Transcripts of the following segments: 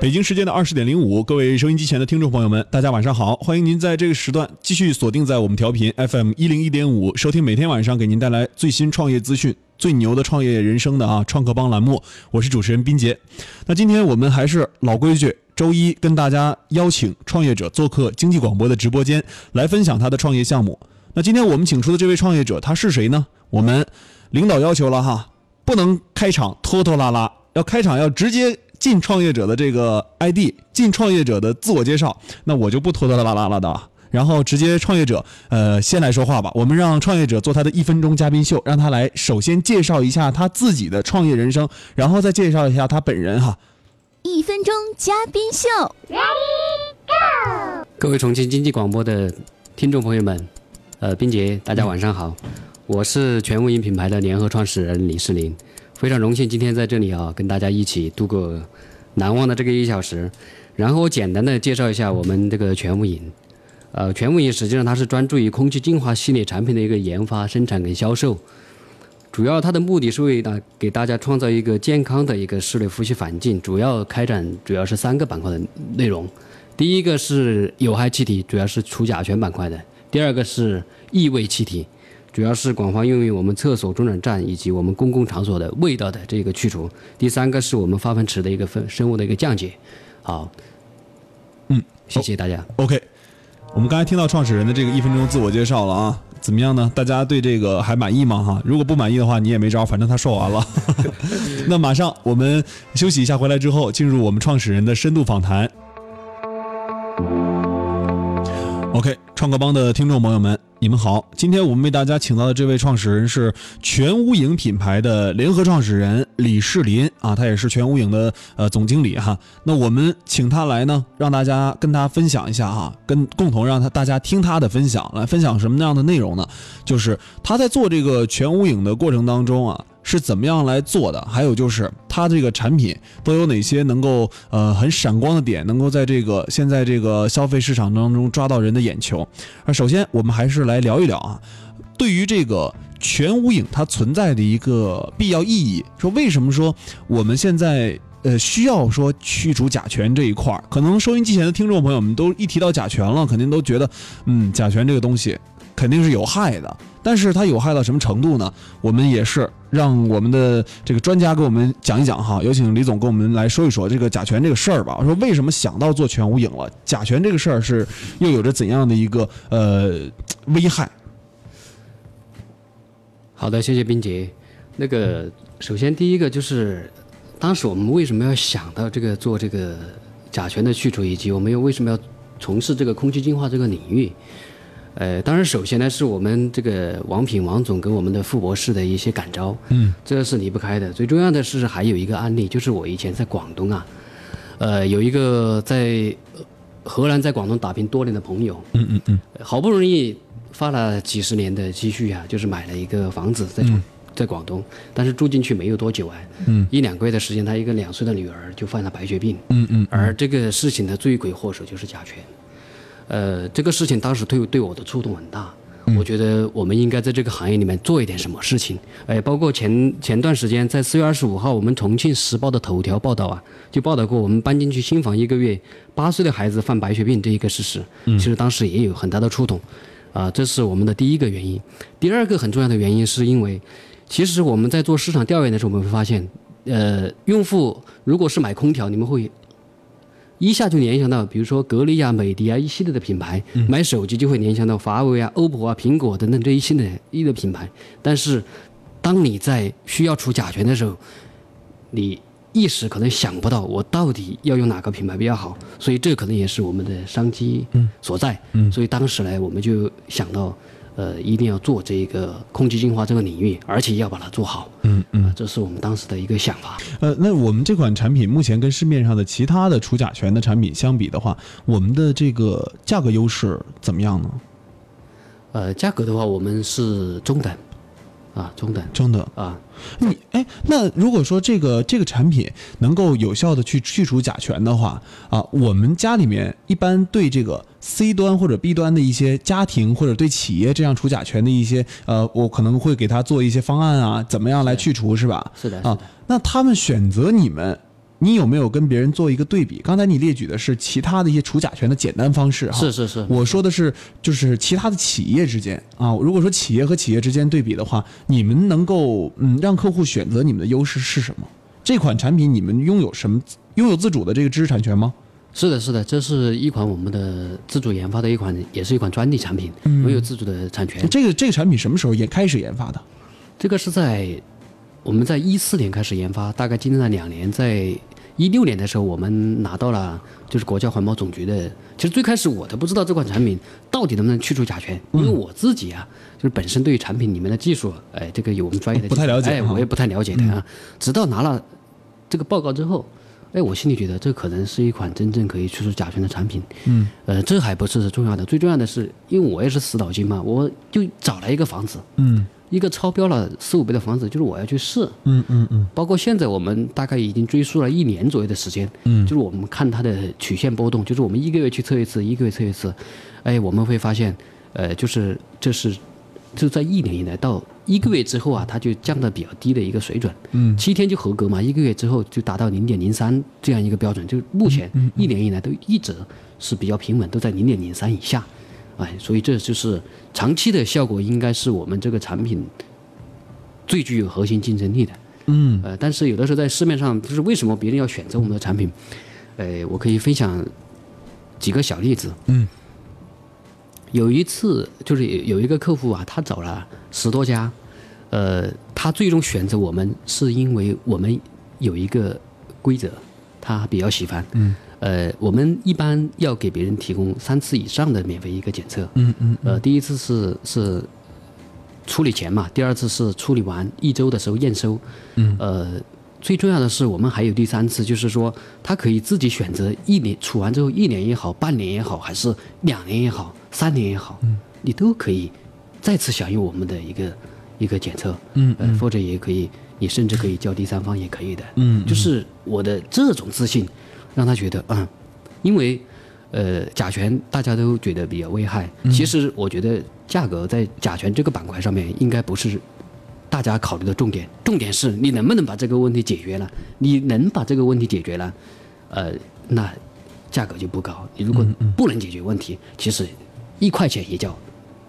北京时间的二十点零五，各位收音机前的听众朋友们，大家晚上好！欢迎您在这个时段继续锁定在我们调频 FM 一零一点五，收听每天晚上给您带来最新创业资讯、最牛的创业人生的啊创客帮栏目。我是主持人斌杰。那今天我们还是老规矩，周一跟大家邀请创业者做客经济广播的直播间，来分享他的创业项目。那今天我们请出的这位创业者，他是谁呢？我们领导要求了哈，不能开场拖拖拉拉，要开场要直接进创业者的这个 ID，进创业者的自我介绍。那我就不拖拖拉拉了的啊，然后直接创业者呃先来说话吧。我们让创业者做他的一分钟嘉宾秀，让他来首先介绍一下他自己的创业人生，然后再介绍一下他本人哈。一分钟嘉宾秀，各位重庆经济广播的听众朋友们，呃，冰杰，大家晚上好，我是全无影品牌的联合创始人李世林，非常荣幸今天在这里啊，跟大家一起度过难忘的这个一小时。然后我简单的介绍一下我们这个全无影，呃，全无影实际上它是专注于空气净化系列产品的一个研发、生产跟销售，主要它的目的是为大给大家创造一个健康的一个室内呼吸环境，主要开展主要是三个板块的内容。第一个是有害气体，主要是除甲醛板块的；第二个是异味气体，主要是广泛用于我们厕所、中转站以及我们公共场所的味道的这个去除；第三个是我们化粪池的一个分生物的一个降解。好，嗯，谢谢大家。 OK，我们刚才听到创始人的这个一分钟自我介绍了啊，怎么样呢？大家对这个还满意吗？哈，如果不满意的话，你也没招，反正他说完了。那马上我们休息一下，回来之后进入我们创始人的深度访谈。OK，创客帮的听众朋友们，你们好！今天我们为大家请到的这位创始人是全屋影品牌的联合创始人李世林啊，他也是全屋影的呃总经理哈。那我们请他来呢，让大家跟他分享一下哈，跟共同让他大家听他的分享，来分享什么样的内容呢？就是他在做这个全屋影的过程当中啊，是怎么样来做的？还有就是他这个产品都有哪些能够呃很闪光的点，能够在这个现在这个消费市场当中抓到人的眼球？啊，首先我们还是来聊一聊啊，对于这个全屋影它存在的一个必要意义，说为什么说我们现在。呃，需要说去除甲醛这一块儿，可能收音机前的听众朋友们都一提到甲醛了，肯定都觉得，嗯，甲醛这个东西肯定是有害的。但是它有害到什么程度呢？我们也是让我们的这个专家给我们讲一讲哈，有请李总跟我们来说一说这个甲醛这个事儿吧。说为什么想到做全无影了？甲醛这个事儿是又有着怎样的一个呃危害？好的，谢谢冰杰。那个，首先第一个就是，当时我们为什么要想到这个做这个甲醛的去除，以及我们又为什么要从事这个空气净化这个领域？呃，当然，首先呢，是我们这个王品王总跟我们的傅博士的一些感召，嗯，这是离不开的。最重要的是还有一个案例，就是我以前在广东啊，呃，有一个在荷兰在广东打拼多年的朋友，嗯嗯嗯，好不容易发了几十年的积蓄啊，就是买了一个房子在、嗯在广东，但是住进去没有多久啊，嗯，一两个月的时间，他一个两岁的女儿就犯了白血病，嗯嗯，而这个事情的罪魁祸首就是甲醛，呃，这个事情当时对对我的触动很大。嗯我觉得我们应该在这个行业里面做一点什么事情，哎，包括前前段时间在四月二十五号，我们重庆时报的头条报道啊，就报道过我们搬进去新房一个月，八岁的孩子犯白血病这一个事实，其实当时也有很大的触动，啊，这是我们的第一个原因。第二个很重要的原因是因为，其实我们在做市场调研的时候，我们会发现，呃，用户如果是买空调，你们会一下就联想到，比如说格力啊、美的啊一系列的品牌，买手机就会联想到华为啊、OPPO 啊、苹果等等这一系列一的品牌。但是，当你在需要除甲醛的时候，你一时可能想不到我到底要用哪个品牌比较好，所以这可能也是我们的商机所在。所以当时呢，我们就想到，呃，一定要做这个空气净化这个领域，而且要把它做好。嗯嗯、这是我们当时的一个想法。呃，那我们这款产品目前跟市面上的其他的除甲醛的产品相比的话，我们的这个价格优势怎么样呢？呃，价格的话，我们是中等，啊，中等真的，啊，你哎，那如果说这个这个产品能够有效的去去除甲醛的话啊，我们家里面一般对这个 C 端或者 B 端的一些家庭或者对企业这样除甲醛的一些呃，我可能会给他做一些方案啊，怎么样来去除是吧？是的，是啊的，，那他们选择你们你有没有跟别人做一个对比？刚才你列举的是其他的一些除甲醛的简单方式哈，啊是是是我说的是就是其他的企业之间啊，如果说企业和企业之间对比的话，你们能够嗯让客户选择你们的优势是什么？这款产品你们拥有什么拥有自主的这个知识产权吗？是的，是的，这是一款我们的自主研发的一款，也是一款专利产品，我们有自主的产权。这个这个产品什么时候研开始研发的？这个是在我们在一四年开始研发，大概经历了两年，在一六年的时候，我们拿到了就是国家环保总局的。其实最开始我都不知道这款产品到底能不能去除甲醛，嗯因为我自己啊，就是本身对于产品里面的技术，哎，这个有我们专业的不太技术了解哎，哈嗯我也不太了解的啊。直到拿了这个报告之后，哎，我心里觉得这可能是一款真正可以去除甲醛的产品。嗯，呃，这还不是重要的，最重要的是，因为我也是死脑筋嘛，我就找了一个房子，嗯一个超标了四五倍的房子，就是我要去试。嗯嗯嗯包括现在我们大概已经追溯了一年左右的时间，嗯就是我们看它的曲线波动，就是我们一个月去测一次，一个月测一次，哎，我们会发现，呃，就是这是就在一年以来到一个月之后啊，它就降到比较低的一个水准，嗯七天就合格嘛，一个月之后就达到零点零三这样一个标准，就目前嗯一年以来都一直是比较平稳，都在零点零三以下，哎，所以这就是长期的效果，应该是我们这个产品最具有核心竞争力的。嗯呃，但是有的时候在市面上，就是为什么别人要选择我们的产品？呃，我可以分享几个小例子。嗯，有一次就是有有一个客户啊，他找了十多家，呃，他最终选择我们是因为我们有一个规则，他比较喜欢。嗯，呃，我们一般要给别人提供三次以上的免费一个检测。嗯嗯呃，第一次是是处理前嘛，第二次是处理完一周的时候验收，嗯，呃，最重要的是我们还有第三次，就是说他可以自己选择一年处完之后一年也好，半年也好，还是两年也好，三年也好，嗯，你都可以再次享有我们的一个一个检测，嗯呃，或者也可以，你甚至可以叫第三方也可以的，嗯就是我的这种自信，让他觉得嗯，因为呃甲醛大家都觉得比较危害，嗯其实我觉得价格在甲醛这个板块上面应该不是大家考虑的重点，重点是你能不能把这个问题解决了，你能把这个问题解决了，呃，那价格就不高。你如果嗯不能解决问题，其实一块钱也叫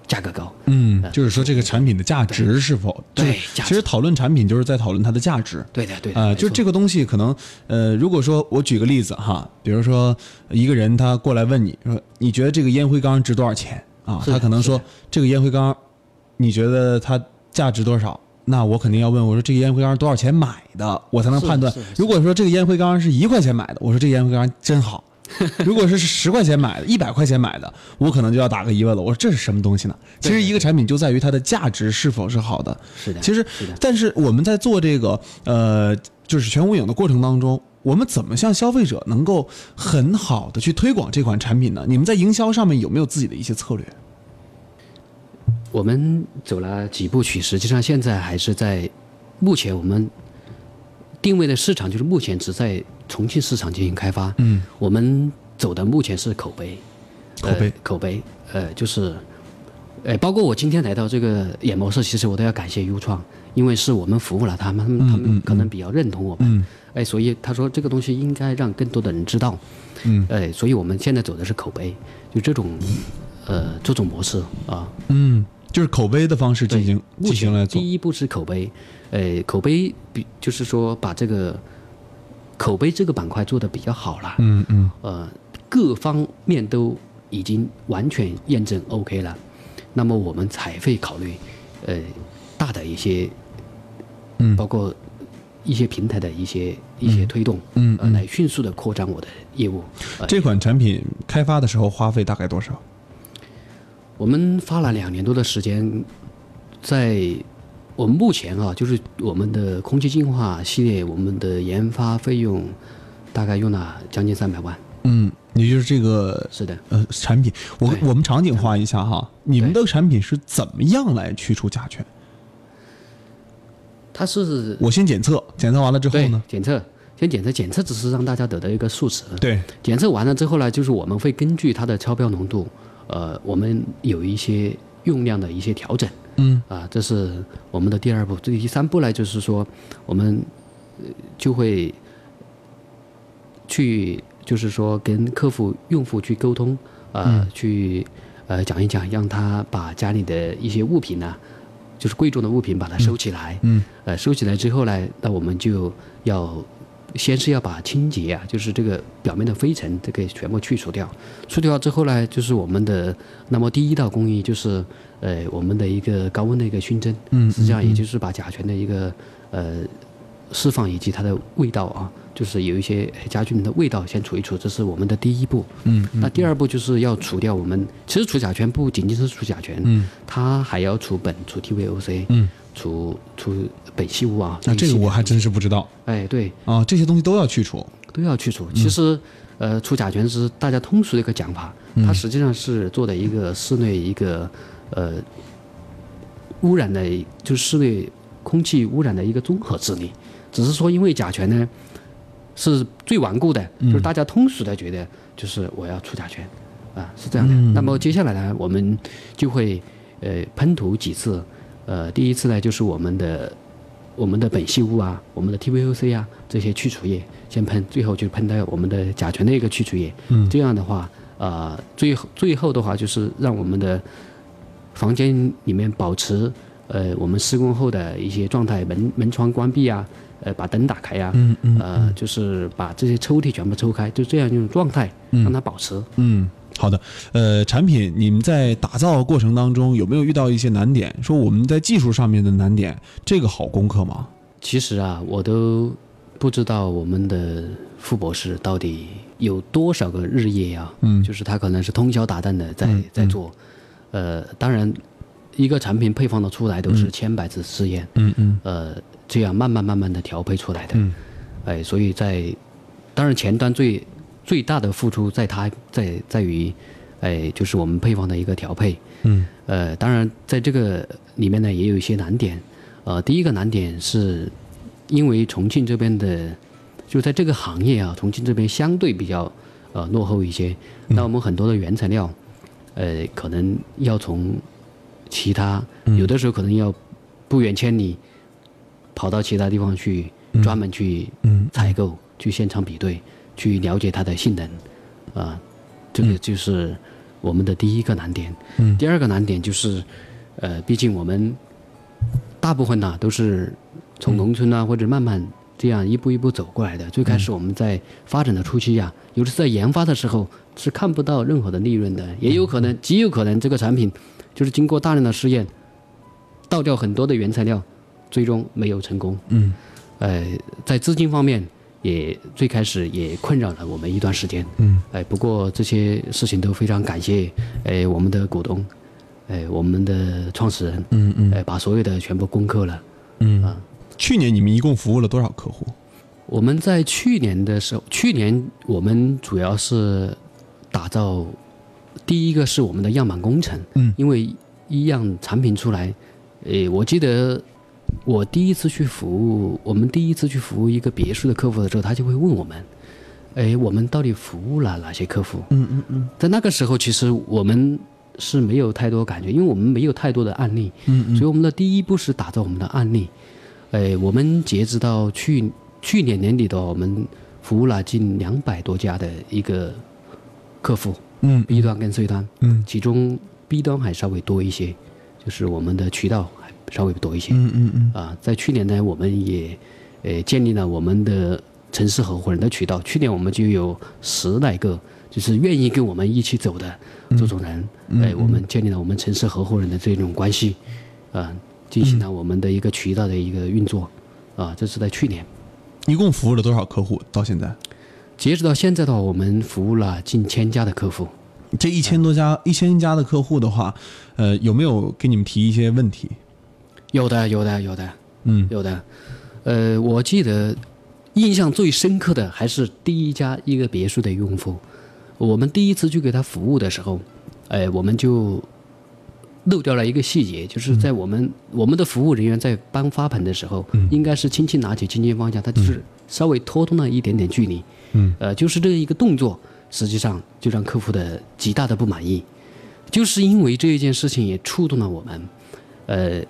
价格高。嗯，就是说这个产品的价值是否对就是对价值其实讨论产品就是在讨论它的价值。对的，对的，啊、没就错这个东西可能，呃，如果说我举个例子哈，比如说一个人他过来问你说，你觉得这个烟灰缸值多少钱啊？是他的可能是的说这个烟灰缸，你觉得它价值多少？那我肯定要问我说这个烟灰缸多少钱买的，我才能是的判断是的是。的如果说这个烟灰缸是一块钱买的，我说这个烟灰缸真 好。如果是十块钱买的，一百块钱买的，我可能就要打个疑问了。我说这是什么东西呢？其实一个产品就在于它的价值是否是好的。是的，其实是的，但是我们在做这个呃，就是全无影的过程当中，我们怎么向消费者能够很好的去推广这款产品呢？你们在营销上面有没有自己的一些策略？我们走了几步棋，实际上现在还是在目前我们定位的市场，就是目前只在重庆市场进行开发。嗯，我们走的目前是口碑，口碑呃、口碑，呃，就是，呃，包括我今天来到这个演模式，其实我都要感谢优创，因为是我们服务了他们，他们他们可能比较认同我们，嗯哎，所以他说这个东西应该让更多的人知道，嗯，哎，所以我们现在走的是口碑，就这种，呃，这种模式啊，嗯，就是口碑的方式对进行目进行来前做。第一步是口碑，呃，口碑比就是说把这个口碑这个板块做得比较好了，嗯嗯呃，各方面都已经完全验证 OK 了，那么我们才会考虑，呃，大的一些，嗯包括一些平台的一些一些推动，嗯呃，来迅速的扩张我的业务。呃这款产品开发的时候花费大概多少？我们花了两年多的时间，在我们目前啊，就是我们的空气净化系列，我们的研发费用大概用了将近三百万。嗯，也就是这个是的，呃产品，我对我们场景化一下哈，你们的产品是怎么样来去除甲醛？它是我先检测，检测完了之后对呢？检测，先检测，检测只是让大家得到一个数值。对，检测完了之后呢，就是我们会根据它的超标浓度，呃，我们有一些用量的一些调整。嗯啊，这是我们的第二步。这第三步呢，就是说我们呃就会去就是说跟客户、用户去沟通，呃，嗯去呃讲一讲，让他把家里的一些物品呢、啊就是贵重的物品，把它收起来。嗯，呃，收起来之后呢，那我们就要先是要把清洁啊，就是这个表面的灰尘，这个全部去除掉。去除掉之后呢，就是我们的那么第一道工艺就是呃我们的一个高温的一个熏蒸，嗯实际上也就是把甲醛的一个呃释放以及它的味道啊，就是有一些呃家具的味道先除一除，这是我们的第一步。嗯那第二步就是要除掉我们，其实除甲醛不仅仅是除甲醛，嗯，它还要除苯、除 TVOC，嗯，除除苯系物啊，那这一个系列我还真是不知道哎对啊，这些东西都要去除。都要去除。其实、呃，除甲醛是大家通俗的一个讲法，它实际上是做的一个室内一个呃污染的，就是室内空气污染的一个综合治理。只是说，因为甲醛呢是最顽固的，就是大家通俗的觉得就是我要除甲醛啊，是这样的。那么接下来呢，我们就会呃喷涂几次，呃，第一次呢就是我们的我们的苯系物啊，我们的 TVOC 啊这些去除液先喷，最后就喷到我们的甲醛的一个去除液。嗯，这样的话，呃，最后最后的话就是让我们的房间里面保持呃我们施工后的一些状态，门门窗关闭啊，呃把灯打开呀、嗯嗯呃就是把这些抽屉全部抽开，就这样一种状态让它保持。嗯，好的。呃，产品你们在打造过程当中有没有遇到一些难点？说我们在技术上面的难点，这个好攻克吗？其实啊，我都不知道我们的傅博士到底有多少个日夜啊，嗯就是他可能是通宵达旦的在、在做，呃，当然一个产品配方的出来都是千百次试验，嗯嗯呃，这样慢慢慢慢的调配出来的，嗯哎，所以在当然前端最最大的付出在它在在于，哎，就是我们配方的一个调配，嗯呃，当然在这个里面呢，也有一些难点。呃，第一个难点是，因为重庆这边的，就在这个行业啊，重庆这边相对比较呃落后一些。那我们很多的原材料，呃，可能要从其他，有的时候可能要不远千里，跑到其他地方去，专门去嗯采购，去现场比对，去了解它的性能，啊、这个就是我们的第一个难点。嗯第二个难点就是，呃，毕竟我们大部分呢、都是从农村啊、或者慢慢这样一步一步走过来的。最开始我们在发展的初期呀、尤其是在研发的时候是看不到任何的利润的，也有可能极有可能这个产品就是经过大量的试验，倒掉很多的原材料，最终没有成功。嗯呃，在资金方面也最开始也困扰了我们一段时间。嗯，哎、不过这些事情都非常感谢，哎、我们的股东，哎、我们的创始人，嗯嗯哎、把所有的全部攻克了。嗯。去年你们一共服务了多少客户？我们在去年的时候，去年我们主要是打造第一个是我们的样板工程，嗯因为一样产品出来，诶，我记得我第一次去服务，我们第一次去服务一个别墅的客户的时候，他就会问我们，诶，我们到底服务了哪些客户？嗯嗯嗯在那个时候，其实我们是没有太多感觉，因为我们没有太多的案例，嗯所以我们的第一步是打造我们的案例。哎，我们截止到去去年年底的话，我们服务了近两百多家的一个客户嗯，B 端跟 C 端，嗯其中 B 端还稍微多一些，就是我们的渠道还稍微多一些。嗯嗯嗯啊，在去年呢，我们也呃建立了我们的城市合伙人的渠道。去年我们就有十来个，就是愿意跟我们一起走的这种人，哎、我们建立了我们城市合伙人的这种关系，啊，进行了我们的一个渠道的一个运作，啊，这是在去年。一共服务了多少客户？到现在，截止到现在的话，我们服务了近千家的客户。这一千多家、一千家的客户的话，呃，有没有给你们提一些问题？有的，有的，有的，嗯有的。呃，我记得印象最深刻的还是第一家一个别墅的用户，我们第一次去给他服务的时候，哎、我们就漏掉了一个细节，就是嗯在我们、我们的服务人员在搬花盆的时候，嗯应该是轻轻拿起，轻轻放下，他就是稍微拖动了一点点距离。嗯，呃，就是这一个动作，实际上就让客户的极大的不满意，就是因为这一件事情也触动了我们，呃，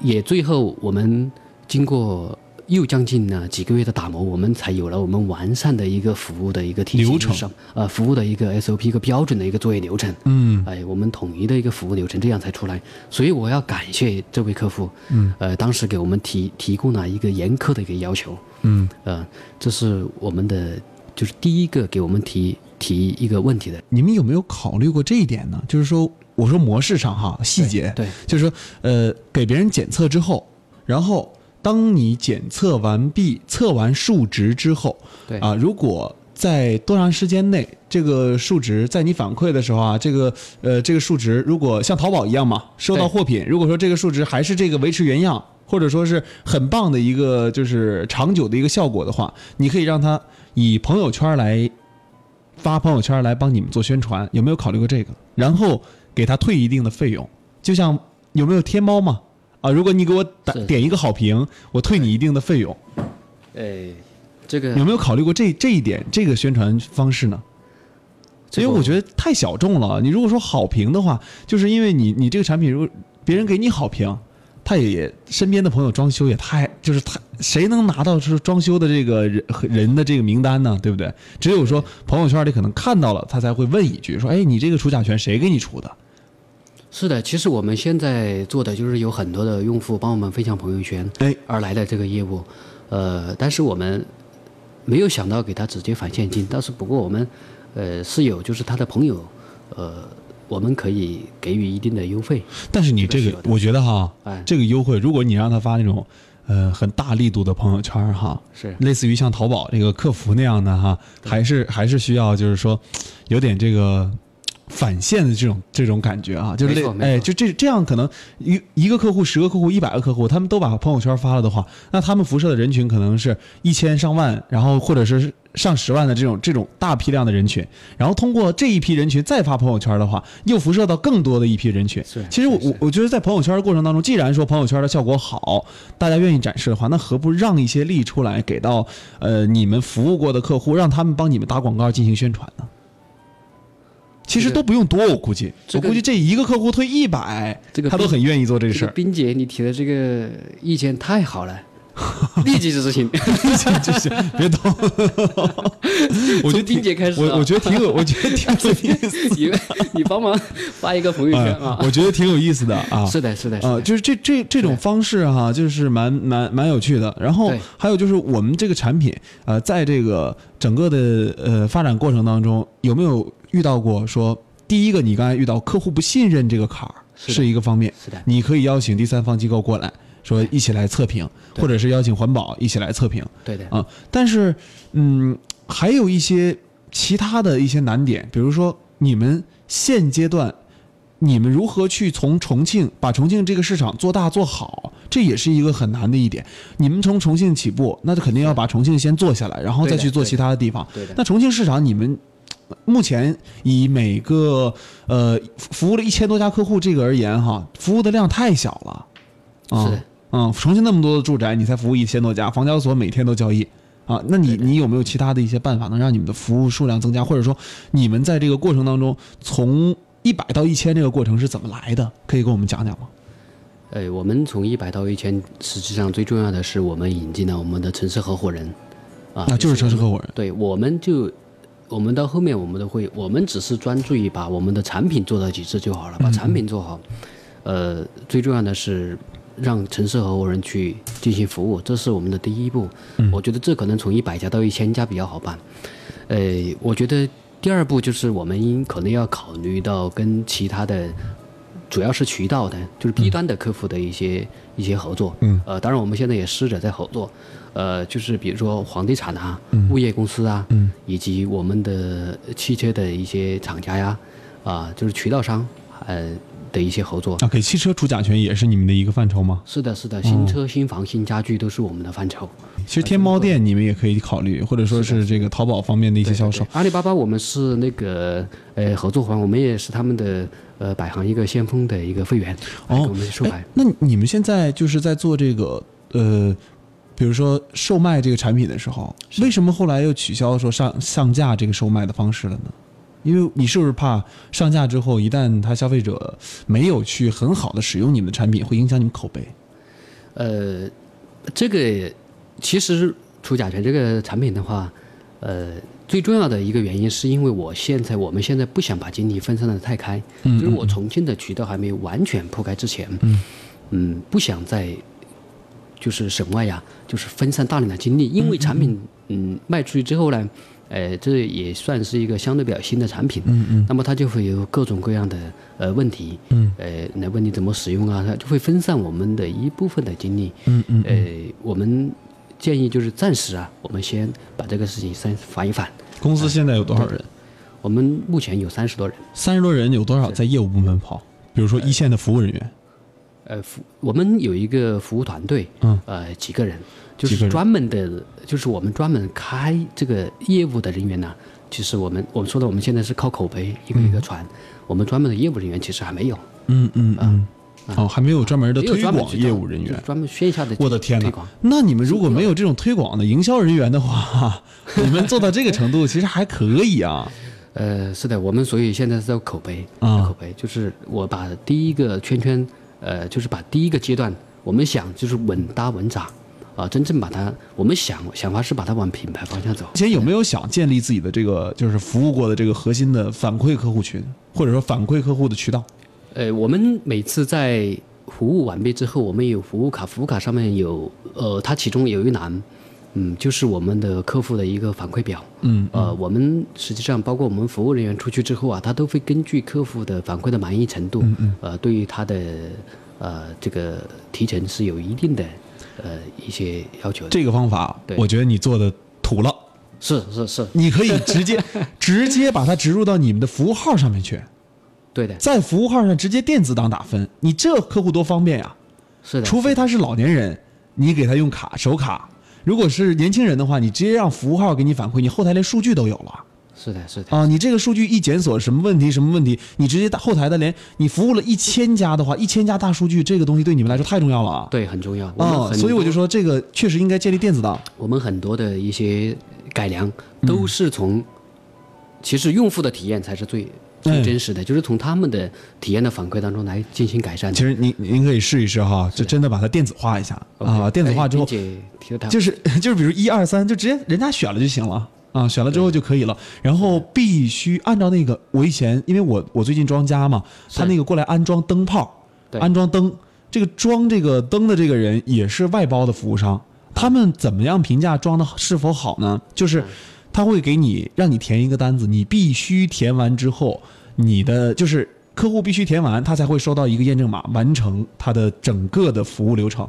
也最后我们经过又将近呢几个月的打磨，我们才有了我们完善的一个服务的一个体系流程上，呃，服务的一个 SOP 一个标准的一个作业流程。嗯，哎，我们统一的一个服务流程，这样才出来。所以我要感谢这位客户，嗯，呃，当时给我们提提供了一个严苛的一个要求，嗯，呃，这是我们的就是第一个给我们提提一个问题的，你们有没有考虑过这一点呢？就是说，我说模式上哈，细节，对对就是说，呃，给别人检测之后，然后当你检测完毕、测完数值之后，对啊，如果在多长时间内，这个数值在你反馈的时候啊，这个呃，这个数值如果像淘宝一样嘛，收到对货品，如果说这个数值还是这个维持原样，或者说是很棒的一个就是长久的一个效果的话，你可以让它以朋友圈来发朋友圈来帮你们做宣传，有没有考虑过这个？然后给他退一定的费用，就像有没有天猫嘛？啊，如果你给我打是点一个好评，我退你一定的费用，哎，这个有没有考虑过这这一点这个宣传方式呢？这因为个我觉得太小众了。你如果说好评的话，就是因为你你这个产品，如果别人给你好评，他也身边的朋友装修也太就是太谁能拿到是装修的这个人人的这个名单呢？对不对？只有说朋友圈里可能看到了，他才会问一句说：“哎，你这个除甲醛谁给你除的是的，其实我们现在做的就是有很多的用户帮我们分享朋友圈，哎而来的这个业务，呃，但是我们没有想到给他直接返现金，但是不过我们呃是有就是他的朋友，呃，我们可以给予一定的优惠，？”但是你这这个是个有，的我觉得哈哎，这个优惠，如果你让他发那种呃很大力度的朋友圈哈，是类似于像淘宝这个客服那样的哈，还是还是需要就是说，有点这个返现的这种这种感觉啊，就是没类错没错哎，就这这样可能一一个客户、十个客户、一百个客户，他们都把朋友圈发了的话，那他们辐射的人群可能是一千上万，然后或者是上十万的这种这种大批量的人群，然后通过这一批人群再发朋友圈的话，又辐射到更多的一批人群。是其实我是是我我觉得在朋友圈的过程当中，既然说朋友圈的效果好，大家愿意展示的话，那何不让一些力出来给到呃你们服务过的客户，让他们帮你们打广告进行宣传呢？其实这个都不用多，我估计，这我个估计这一个客户退一百，这个他都很愿意做这事这儿个。冰姐，你提的这个意见太好 了，立即执行。就是别 动，我觉得从冰姐开始啊我我觉得挺有，我觉得 挺有意思你你帮忙发一个朋友圈的，啊哎！我觉得挺有意思的啊。是的，是的，是啊，的，就是这这这种方式哈、就是蛮蛮蛮有趣的。然后对还有就是我们这个产品，呃，在这个整个的呃发展过程当中，有没有遇到过说，第一个你刚才遇到客户不信任这个坎儿是的是一个方面，是的你可以邀请第三方机构过来说一起来测评，对或者是邀请环保一起来测评，对的，啊，但是嗯，还有一些其他的一些难点，比如说你们现阶段你们如何去从重庆把重庆这个市场做大做好，这也是一个很难的一点。你们从重庆起步，那就肯定要把重庆先做下来，然后再对的去做对的其他的地方。对的那重庆市场你们。呃目前以每个呃服务了一千多家客户这个而言哈，服务的量太小了。啊、是的嗯，重庆那么多的住宅，你才服务一千多家，房交所每天都交易啊。那你你有没有其他的一些办法能让你们的服务数量增加，或者说你们在这个过程当中从一百到一千这个过程是怎么来的？可以跟我们讲讲吗？呃，我们从一百到一千，实际上最重要的是我们引进了我们的城市合伙人，啊，啊，就是城市合伙人，对，我们就我们到后面我们都会，我们只是专注于把我们的产品做到极致就好嗯了，把产品做好。呃，最重要的是让城市合伙人去进行服务，这是我们的第一步。嗯我觉得这可能从一百家到一千家比较好办。呃，我觉得第二步就是我们应可能要考虑到跟其他的。主要是渠道的，就是 B 端的客户的一些、一些合作。嗯，呃，当然我们现在也试着在合作，呃，就是比如说房地产啊、物业公司啊，嗯以及我们的汽车的一些厂家呀，啊、就是渠道商，呃的一些合作。啊，给汽车除甲醛也是你们的一个范畴吗？是的，是的，哦新车、新房、新家具都是我们的范畴。其实天猫店你们也可以考虑，或者说是这个淘宝方面的一些销售对。阿里巴巴我们是那个呃合作方，我们也是他们的呃百行一个先锋的一个会员，来给哦我们售哎牌。那你们现在就是在做这个呃，比如说售卖这个产品的时候，为什么后来又取消说上上架这个售卖的方式了呢？因为你是不是怕上架之后，一旦他消费者没有去很好的使用你们的产品，会影响你们口碑？呃，这个其实除甲醛这个产品的话，呃，最重要的一个原因是因为我现在我们现在不想把精力分散的太开，就是我重庆的渠道还没有完全铺开之前，嗯不想在就是省外呀，就是分散大量的精力，因为产品嗯卖出去之后呢。呃，这也算是一个相对比较新的产品，嗯嗯，那么它就会有各种各样的呃问题，嗯，呃，来问你怎么使用啊，它就会分散我们的一部分的精力，嗯嗯，呃，我们建议就是暂时啊，我们先把这个事情先反一反。公司现在有多少人？我们目前有三十多人，三十多人有多少在业务部门跑？比如说一线的服务人员，呃，服我们有一个服务团队，嗯，呃，几个人，就几个是人专门的，就是我们专门开这个业务的人员呢，其实我们我们说的我们现在是靠口碑一个一个传，我们专门的业务人员其实还没有，嗯嗯嗯，哦，还没有专门的没有推专门广渠道业务人就员是。专门线下的我的天推哪广，！那你们如果没有这种推广的营销人员的话， 你们做到这个程度其实还可以啊。呃，是的，我们所以现在是叫口碑，啊叫口碑就是我把第一个圈圈，呃，就是把第一个阶段，我们想就是稳搭稳扎，啊、真正把它，我们想想法是把它往品牌方向走。之前有没有想建立自己的这个就是服务过的这个核心的反馈客户群，或者说反馈客户的渠道？呃，我们每次在服务完毕之后，我们有服务卡，服务卡上面有呃，它其中有一栏，嗯，就是我们的客户的一个反馈表。嗯，呃，我们实际上包括我们服务人员出去之后啊，他都会根据客户的反馈的满意程嗯度，呃，对于他的呃这个提成是有一定的呃一些要求的。这个方法对我觉得你做的土了，是是是，你可以直 接直接把它植入到你们的服务号上面去，对的，在服务号上直接电子档打分，你这客户多方便呀！是的。除非他是老年人，你给他用卡手卡；如果是年轻人的话，你直接让服务号给你反馈，你后台连数据都有了是的，是的，啊！你这个数据一检索，什么问题什么问题，你直接大后台的连你服务了一千家的话，一千家大数据这个东西对你们来说太重要了啊！对，很重要。我们啊，很所以我多就说这个确实应该建立电子档。我们很多的一些改良都是从，其实用户的体验才是最最嗯真实的，就是从他们的体验的反馈当中来进行改善的其。实您您可以试一试哈，就真的把它电子化一下啊，电子化之后哎并且提到它就是 就是比如一二三，就直接人家选了就行了啊，选了之后就可以了。然后必须按照那个，我以前因为我我最近装家嘛，他那个过来安装灯泡，对安装灯，这个装这个灯的这个人也是外包的服务商，他们怎么样评价装的是否好呢？就是他会给你让你填一个单子，你必须填完之后，你的就是。客户必须填完，他才会收到一个验证码，完成他的整个的服务流程。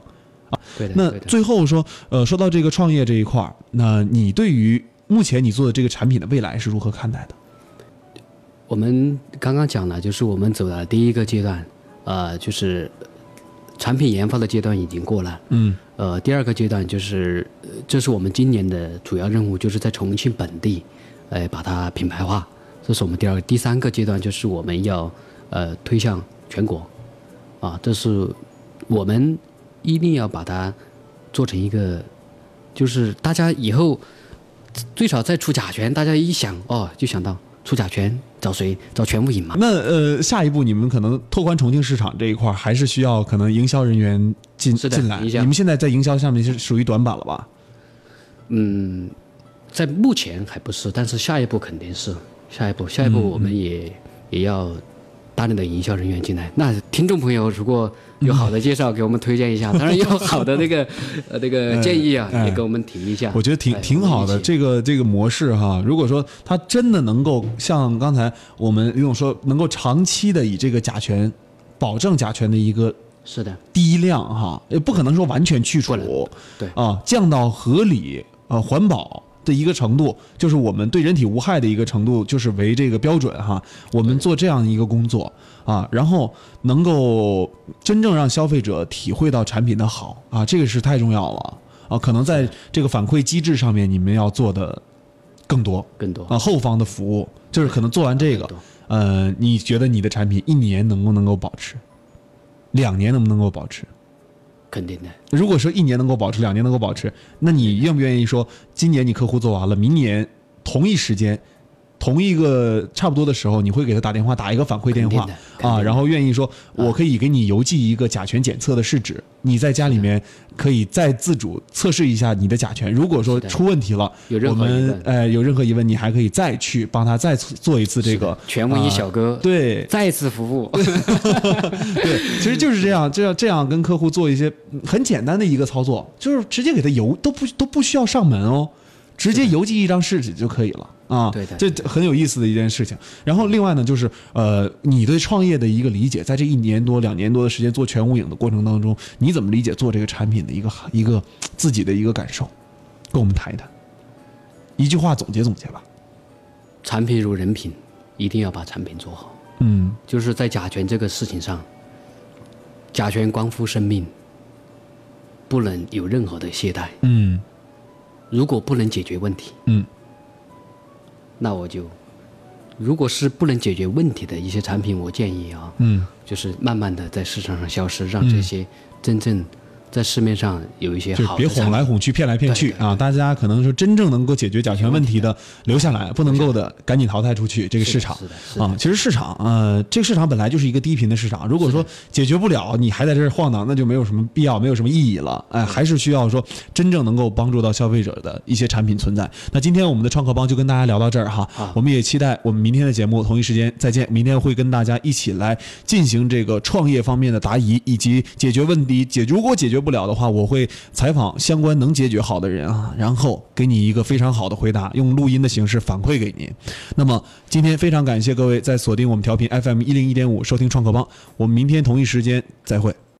对的，那对的最后说，呃，说到这个创业这一块儿，那你对于目前你做的这个产品的未来是如何看待的？我们刚刚讲了，就是我们走了第一个阶段，呃，就是产品研发的阶段已经过了，嗯，呃，第二个阶段就是，呃这是我们今年的主要任务，就是在重庆本地，呃，把它品牌化，这是我们第二个。第三个阶段就是我们要呃推向全国，啊，这是我们一定要把它做成一个，就是大家以后最少在除甲醛，大家一想哦，就想到除甲醛找谁？找全部隐嘛。那呃，下一步你们可能拓宽重庆市场这一块儿，还是需要可能营销人员进是的进来。你你想们现在在营销上面是属于短板了吧？嗯，在目前还不是，但是下一步肯定是下一步，下一嗯步我们也、也要大量的营销人员进来。那听众朋友如果有好的介绍，给我们推荐 一下，当然有好的那个呃那个建议啊，嗯也给我们提一下。我觉得挺哎挺好的，。这个这个模式哈。如果说它真的能够像刚才我们李总说，能够长期的以这个甲醛，保证甲醛的一个是的，低量哈，也不可能说完全去除不能，对啊，降到合理呃环保的一个程度，就是我们对人体无害的一个程度，就是为这个标准哈。我们做这样一个工作啊，然后能够真正让消费者体会到产品的好啊，这个是太重要了啊。可能在这个反馈机制上面，你们要做的更多更多啊，后方的服务就是可能做完这个更多，呃，你觉得你的产品一年能不能够保持？两年能不能够保持？肯定的。如果说一年能够保持，两年能够保持，那你愿不愿意说，今年你客户做完了，明年同一时间同一个差不多的时候，你会给他打电话，打一个反馈电话肯定的肯定啊，的然后愿意说，我可以给你邮寄一个甲醛检测的试纸，你在家里面可以再自主测试一下你的甲醛。如果说的出问题了，有任何我疑们问呃有任何疑问，你还可以再去帮他再做一次这个权威啊小哥对再次服务， 对，其实就是这样，这样这样跟客户做一些嗯很简单的一个操作，就是直接给他邮都不都不需要上门哦，直接邮寄一张试纸就可以了啊。对的这这很有意思的一件事情。然后另外呢，就是呃，你对创业的一个理解，在这一年多、两年多的时间做全无影的过程当中，你怎么理解做这个产品的一个一个自己的一个感受？跟我们谈一谈，一句话总结总结吧。产品如人品，一定要把产品做好。嗯就是在甲醛这个事情上，甲醛关乎生命，不能有任何的懈怠。嗯如果不能解决问题，嗯那我就，如果是不能解决问题的一些产品，我建议啊，嗯就是慢慢的在市场上消失，让这些真正在市面上有一些就好的别哄产来哄去、骗来骗去对对啊！大家可能说真正能够解决甲醛问题的留下来，不能够的赶紧淘汰出去这个市场是的是的是的啊。其实市场呃，这个市场本来就是一个低频的市场，如果说解决不了，你还在这儿晃荡，那就没有什么必要，没有什么意义了。哎，还是需要说真正能够帮助到消费者的一些产品存在。那今天我们的创客帮就跟大家聊到这儿哈，啊我们也期待我们明天的节目同一时间再见。明天会跟大家一起来进行这个创业方面的答疑以及解决问题。解如果解决不了的话，我会采访相关能解决好的人啊，然后给你一个非常好的回答，用录音的形式反馈给您。那么今天非常感谢各位在锁定我们调频 FM 一零一点五收听创客帮，我们明天同一时间再会。